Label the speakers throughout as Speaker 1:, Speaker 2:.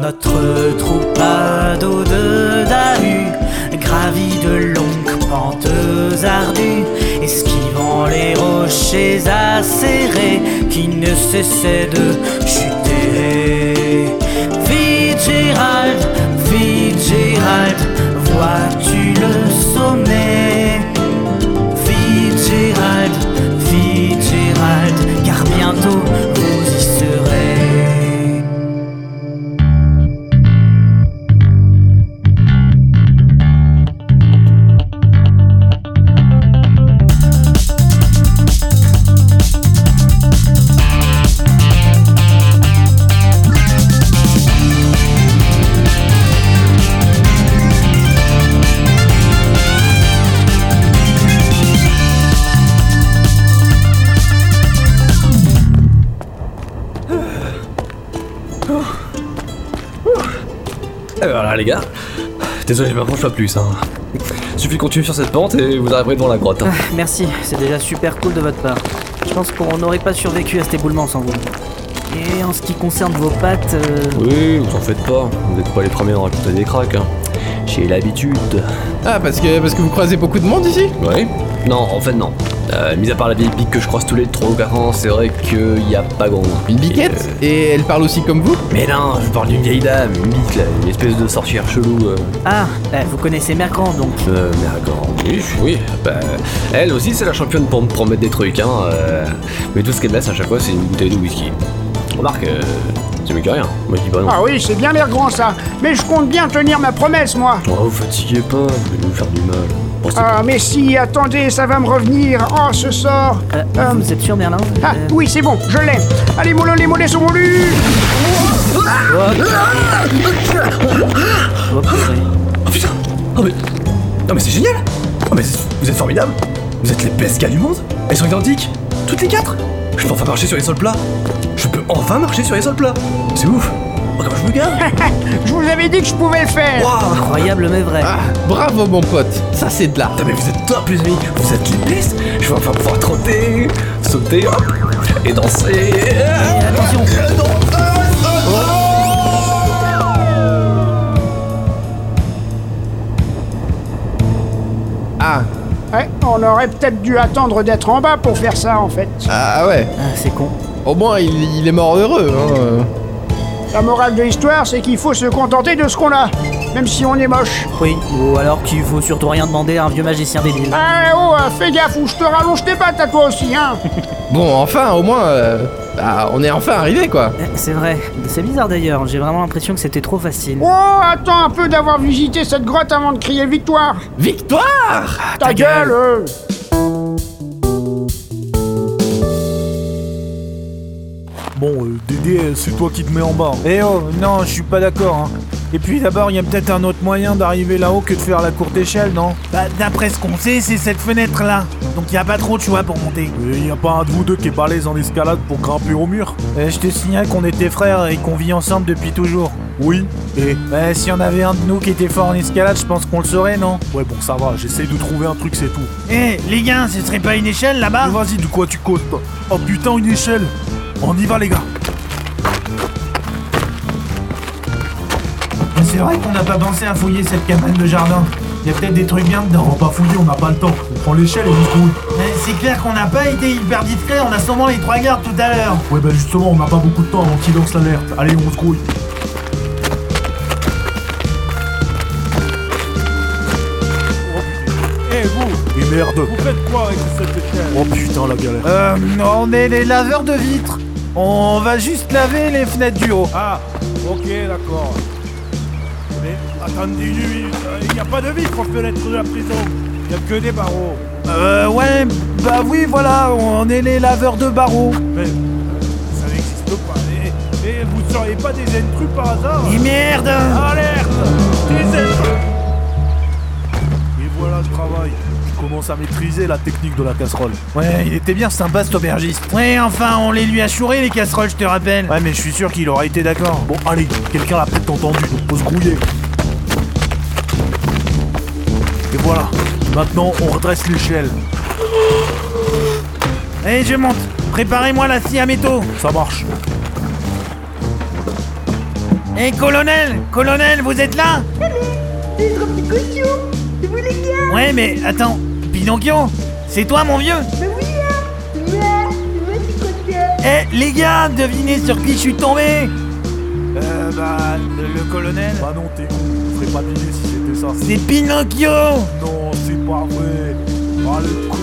Speaker 1: Notre troupeau de Dahu gravit de longues pentes ardues, esquivant les rochers acérés qui ne cessaient de chuter. Fitzgerald, Fitzgerald, vois-tu le sommet Fitzgerald, Fitzgerald, car bientôt vous y serez.
Speaker 2: Eh ben voilà les gars, désolé, je m'approche pas plus. Hein. Suffit de continuer sur cette pente et vous arriverez devant la grotte. hein.
Speaker 1: Merci, c'est déjà super cool de votre part. Je pense qu'on n'aurait pas survécu à cet éboulement sans vous. Et en ce qui concerne vos pattes, euh,
Speaker 2: Oui, vous en faites pas, vous n'êtes pas les premiers à raconter des cracks. hein. J'ai l'habitude.
Speaker 3: Ah, parce que, parce que vous croisez beaucoup de monde ici
Speaker 2: Oui Non, en fait non. Euh, mis à part la vieille pique que je croise tous les 3 ou 4 ans, c'est vrai qu'il y a pas grand monde.
Speaker 3: Une biquette
Speaker 2: Et, euh,
Speaker 3: Et elle parle aussi comme vous
Speaker 2: Mais non, je parle d'une vieille dame, une bique là, une espèce de sorcière chelou. euh.
Speaker 1: ah, euh, vous connaissez Mercant donc.
Speaker 2: Euh, mais d'accord, oui, oui, bah, elle aussi c'est la championne pour me promettre des trucs, hein. euh, mais tout ce qu'elle laisse à chaque fois c'est une bouteille de whisky. Remarque, euh, c'est mieux que rien, moi je dis pas non.
Speaker 4: Ah oui, c'est bien l'air grand ça. Mais je compte bien tenir ma promesse, moi.
Speaker 2: Oh, vous fatiguez pas, vous allez nous faire du mal. Bon, Oh, c'est
Speaker 4: Ah, mais si, attendez, ça va me revenir. Oh, ce sort.
Speaker 1: Euh,
Speaker 4: Euh,
Speaker 1: Vous êtes sûr Merlin
Speaker 4: Ah,
Speaker 1: Euh,
Speaker 4: oui, c'est bon, je l'ai. Allez, mollo, les mollets sont mollus.
Speaker 1: oh, purée.
Speaker 2: Oh putain Oh mais... Non mais c'est génial Oh mais c'est- vous êtes formidables Vous êtes les best gars du monde Elles sont identiques Toutes les quatre Je peux enfin marcher sur les sols plats Je peux enfin marcher sur les sols plats C'est ouf Oh comme je me gare
Speaker 4: Je vous avais dit que je pouvais le faire.
Speaker 2: Waouh
Speaker 1: Incroyable mais vrai.
Speaker 3: Ah, bravo mon pote, ça c'est de l'art.
Speaker 2: Putain mais vous êtes top les amis Vous êtes les best Je vais enfin pouvoir trotter, sauter, hop Et danser
Speaker 1: Et attention
Speaker 3: Ah,
Speaker 4: Ouais, on aurait peut-être dû attendre d'être en bas pour faire ça, en fait.
Speaker 3: ah ouais,
Speaker 1: Ah, C'est con.
Speaker 3: au moins il, il est mort heureux. Hein. euh.
Speaker 4: La morale de l'histoire, c'est qu'il faut se contenter de ce qu'on a, même si on est moche.
Speaker 1: Oui, ou alors qu'il faut surtout rien demander à un vieux magicien débile.
Speaker 4: Ah oh, euh, fais gaffe ou je te rallonge tes pattes à toi aussi, hein.
Speaker 3: Bon, enfin, au moins, euh, bah, on est enfin arrivé quoi.
Speaker 1: Euh, C'est vrai. C'est bizarre d'ailleurs, j'ai vraiment l'impression que c'était trop facile.
Speaker 4: Oh, attends un peu d'avoir visité cette grotte avant de crier victoire.
Speaker 3: Victoire
Speaker 4: Ta, gueule. euh.
Speaker 5: Bon, euh, Dédé, c'est toi qui te mets en bas. Eh oh, non, je suis pas d'accord. hein. Et puis d'abord, il y a peut-être un autre moyen d'arriver là-haut que de faire la courte échelle, non
Speaker 6: Bah, d'après ce qu'on sait, c'est cette fenêtre-là. Donc y a pas trop de choix pour monter.
Speaker 5: Il y a pas un de vous deux qui est balèze en escalade pour grimper au mur Eh, Je te signale qu'on était frères et qu'on vit ensemble depuis toujours. Oui. Et Bah, si on avait un de nous qui était fort en escalade, je pense qu'on le saurait, non Ouais, bon, ça va, j'essaye de trouver un truc, c'est tout.
Speaker 6: Eh, les gars, ce serait pas une échelle là-bas
Speaker 5: Mais vas-y, de quoi tu causes toi Oh putain, une échelle On y va, les gars
Speaker 6: C'est vrai qu'on n'a pas pensé à fouiller cette cabane de jardin.
Speaker 5: Il y a peut-être des trucs bien dedans. On va pas fouiller, on n'a pas le temps. On prend l'échelle et on se roule.
Speaker 6: Eh, c'est clair qu'on n'a pas été hyper discret, on a sûrement les trois gardes tout à l'heure.
Speaker 5: Ouais, bah justement, on n'a pas beaucoup de temps avant qu'il lance l'alerte. Allez, on se grouille.
Speaker 6: Eh, vous,
Speaker 5: Et merde
Speaker 6: faites quoi avec cette échelle
Speaker 5: Oh putain, la galère.
Speaker 6: Euh, on est les laveurs de vitres. On va juste laver les fenêtres du haut.
Speaker 5: Ah, ok, d'accord. Mais attendez une minute, hein, il n'y a pas de vitre en fenêtre de la prison. Il n'y a que des barreaux.
Speaker 6: Euh, ouais, bah oui, voilà, on est les laveurs de barreaux.
Speaker 5: Mais ça n'existe pas. Et, et vous ne seriez pas des intrus par hasard
Speaker 6: Et merde
Speaker 5: Alerte Des intrus Et voilà le travail. Je commence à maîtriser la technique de la casserole.
Speaker 6: Ouais, il était bien sympa cet aubergiste. Ouais, enfin, on les lui a chouré les casseroles, je te rappelle.
Speaker 5: Ouais, mais je suis sûr qu'il aurait été d'accord. Bon, allez, quelqu'un l'a peut-être entendu, donc faut se grouiller. Et voilà. Maintenant, on redresse l'échelle.
Speaker 6: Allez, je monte. Préparez-moi la scie à métaux.
Speaker 5: Ça marche.
Speaker 6: Eh colonel Colonel, vous êtes là
Speaker 7: Notre petit costume Tu voulais bien
Speaker 6: Ouais, mais attends, Pinocchio C'est toi, mon vieux
Speaker 7: Mais oui, hein Tu m'as, tu m'as dit quoi de bien
Speaker 6: Eh, les gars, devinez sur qui je suis tombé Euh, bah, le colonel
Speaker 5: Bah non, t'es con. Je ferais pas d'idée si c'était ça.
Speaker 6: C'est Pinocchio
Speaker 5: Non, c'est pas vrai. Ah, le con.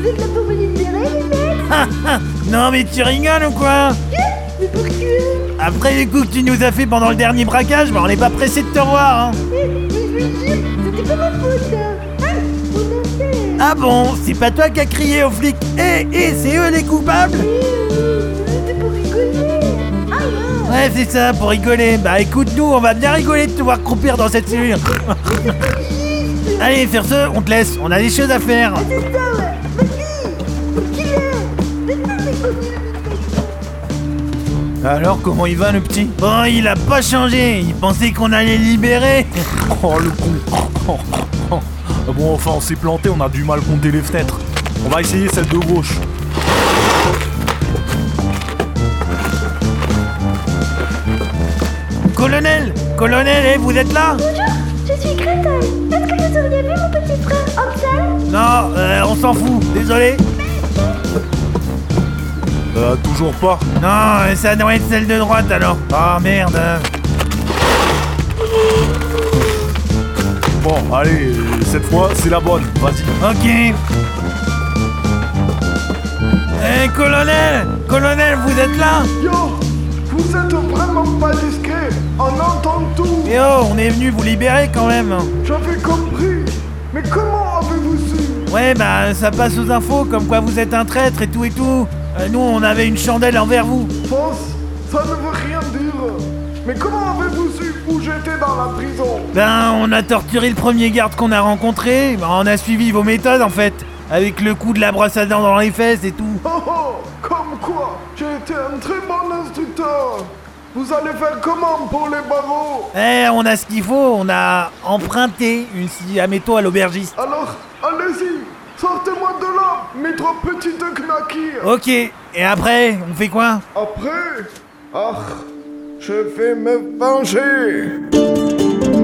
Speaker 7: Vous êtes la pauvre libérée, les mecs
Speaker 6: Non, mais tu rigoles ou quoi
Speaker 7: Hein Mais pour hein que
Speaker 6: Après les coups que tu nous as fait pendant le dernier braquage, bah, on n'est pas pressé de te revoir, hein
Speaker 7: Mais Eh, je veux dire, c'était pas ma faute hein. Hein On a fait
Speaker 6: Ah bon C'est pas toi qui as crié aux flics Eh, eh, c'est eux les coupables
Speaker 7: Oui, oui, C'était pour rigoler Ah ouais
Speaker 6: Ouais, c'est ça, pour rigoler. Bah écoute-nous, on va bien rigoler de te voir croupir dans cette cellule. Allez, faire ce, on te laisse, on a des choses à faire.
Speaker 7: Ah, C'est ça, ouais Vas-y Faut qu'il est C'est ça, les pauvres
Speaker 5: Alors, comment il va, le petit
Speaker 6: Bon, il a pas changé, il pensait qu'on allait libérer.
Speaker 5: Oh, le con. bon, enfin, on s'est planté, on a du mal compter les fenêtres. On va essayer celle de gauche.
Speaker 6: Colonel Colonel, eh, vous êtes là
Speaker 7: Bonjour, je suis Gretel Est-ce que vous auriez vu mon petit frère Hansel
Speaker 6: Non, euh, on s'en fout, désolé.
Speaker 5: Euh, toujours pas.
Speaker 6: Non, euh, ça doit être celle de droite alors. Oh merde. euh.
Speaker 5: Bon, allez, euh, cette fois, c'est la bonne. Vas-y.
Speaker 6: Ok. Eh, Eh, colonel Colonel, vous êtes là
Speaker 8: Yo Vous êtes vraiment pas discret On entend tout
Speaker 6: Eh oh, on est venu vous libérer quand même.
Speaker 8: J'avais compris Mais comment avez-vous su
Speaker 6: Ouais, bah ça passe aux infos, comme quoi vous êtes un traître et tout et tout. Euh, nous, on avait une chandelle envers vous.
Speaker 8: Pense, ça ne veut rien dire Mais comment avez-vous su où j'étais dans la prison
Speaker 6: Ben, on a torturé le premier garde qu'on a rencontré. Ben, on a suivi vos méthodes en fait, avec le coup de la brosse à dents dans les fesses et tout.
Speaker 8: Oh oh Comme quoi J'ai été un très bon instructeur Vous allez faire comment pour les barreaux
Speaker 6: Eh, on a ce qu'il faut, on a emprunté une scie à métaux à l'aubergiste.
Speaker 8: Alors, allez-y Sortez-moi de là, mes trois petites knackis
Speaker 6: Ok, et après, on fait quoi
Speaker 8: Après, ah, je vais me venger.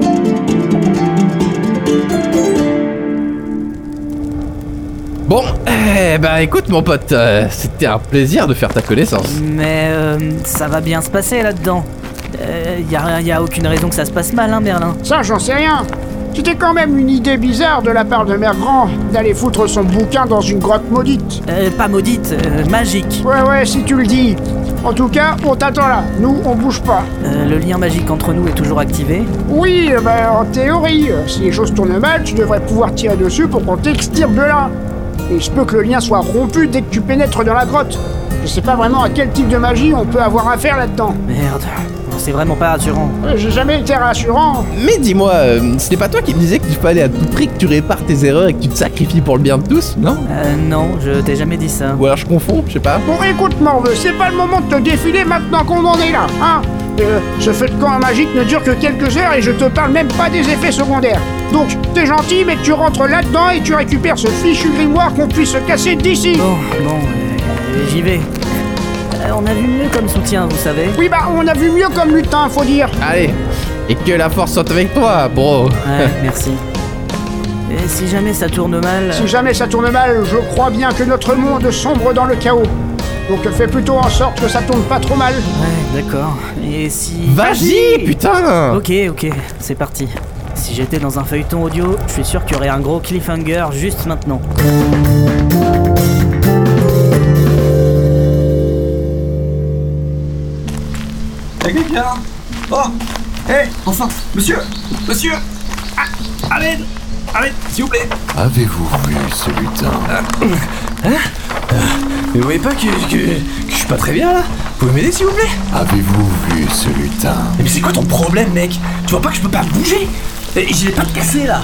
Speaker 3: Bon, eh ben écoute mon pote, euh, c'était un plaisir de faire ta connaissance.
Speaker 1: Mais euh, ça va bien se passer là-dedans. Euh, y, a, rien- y a aucune raison que ça se passe mal, hein, Merlin.
Speaker 4: Ça, j'en sais rien. C'était quand même une idée bizarre de la part de Mère Grand d'aller foutre son bouquin dans une grotte maudite.
Speaker 1: Euh, pas maudite, euh, magique.
Speaker 4: Ouais, ouais, si tu le dis. En tout cas, on t'attend là. Nous, on bouge pas.
Speaker 1: Euh, le lien magique entre nous est toujours activé.
Speaker 4: Oui, euh, bah, en théorie, euh, si les choses tournent mal, tu devrais pouvoir tirer dessus pour qu'on t'extirpe de là. Et il se peut que le lien soit rompu dès que tu pénètres dans la grotte. Je sais pas vraiment à quel type de magie on peut avoir affaire là-dedans.
Speaker 1: Merde, Non, c'est vraiment pas rassurant.
Speaker 4: Euh, J'ai jamais été rassurant.
Speaker 3: Mais dis-moi, euh, c'était pas toi qui me disais qu'il fallait à tout prix que tu répares tes erreurs et que tu te sacrifies pour le bien de tous, non
Speaker 1: Euh, non, je t'ai jamais dit ça.
Speaker 3: Ou alors je confonds, je sais pas.
Speaker 4: Bon, écoute, Morveux, c'est pas le moment de te défiler maintenant qu'on en est là, hein Euh, Ce feu de camp magique ne dure que quelques heures et je te parle même pas des effets secondaires. Donc, t'es gentil, mais tu rentres là-dedans et tu récupères ce fichu grimoire qu'on puisse se casser d'ici.
Speaker 1: Bon, bon, euh, j'y vais. Euh, on a vu mieux comme soutien, vous savez.
Speaker 4: Oui, bah, on a vu mieux comme lutin, faut dire.
Speaker 3: Allez, et que la force soit avec toi, bro.
Speaker 1: Ouais, merci. Et si jamais ça tourne mal.
Speaker 4: Si jamais ça tourne mal, je crois bien que notre monde sombre dans le chaos. Donc fais plutôt en sorte que ça tourne pas trop mal.
Speaker 1: Ouais, d'accord. Et si.
Speaker 3: Vas-y, putain
Speaker 1: Ok, ok, c'est parti. Si j'étais dans un feuilleton audio, je suis sûr qu'il y aurait un gros cliffhanger juste maintenant.
Speaker 2: Y'a quelqu'un Oh Eh Enfin Monsieur Monsieur Ah, Ahmed Ahmed, s'il vous plaît
Speaker 9: Avez-vous vu ce lutin
Speaker 2: Mais Hein Euh, vous voyez pas que, que, que je suis pas très bien là Vous pouvez m'aider s'il vous plaît Eh,
Speaker 9: Avez-vous vu ce lutin
Speaker 2: Mais c'est quoi ton problème mec Tu vois pas que je peux pas bouger Eh, Et j'ai pas de cassé là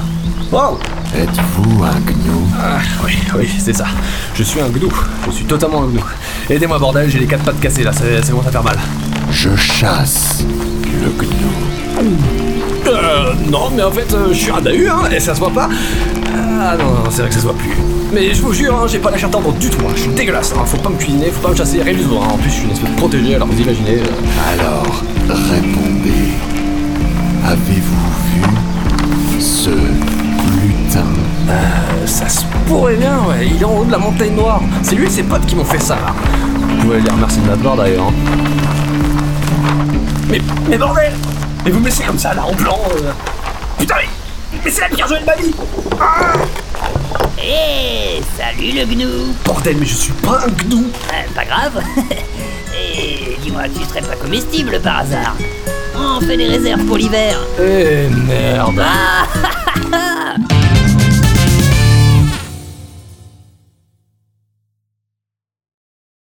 Speaker 2: Wow
Speaker 9: Êtes-vous un gnome
Speaker 2: Ah, oui, oui, c'est ça. Je suis un gnou. Je suis totalement un gnou. Aidez-moi, bordel, j'ai les quatre pattes cassées là, c'est c'est bon, ça fait mal.
Speaker 9: Je chasse le gnome.
Speaker 2: Euh, non, mais en fait, euh, je suis un dahu, hein, et ça se voit pas. Ah non, non, c'est vrai que ça se voit plus. Mais je vous jure, hein, j'ai pas la chair tendre du tout. hein. Je suis dégueulasse. hein. Faut pas me cuisiner, faut pas me chasser. Rien du tout. hein. En plus, je suis une espèce de protégé, alors vous imaginez. euh,
Speaker 9: Alors, répondez. Avez-vous vu ce lutin
Speaker 2: Euh, Ça se pourrait bien, ouais. Il est en haut de la montagne noire. C'est lui et ses potes qui m'ont fait ça. Vous pouvez les remercier de ma part d'ailleurs. hein. Mais, mais bordel Mais vous me laissez comme ça, là, en blanc. euh. Putain, mais, mais c'est la pire journée de ma vie
Speaker 10: Eh, salut le gnou
Speaker 2: Bordel, mais je suis pas un gnou
Speaker 10: Euh, Pas grave Et dis-moi, tu serais pas comestible par hasard On fait des réserves pour l'hiver
Speaker 2: Eh merde
Speaker 10: Ah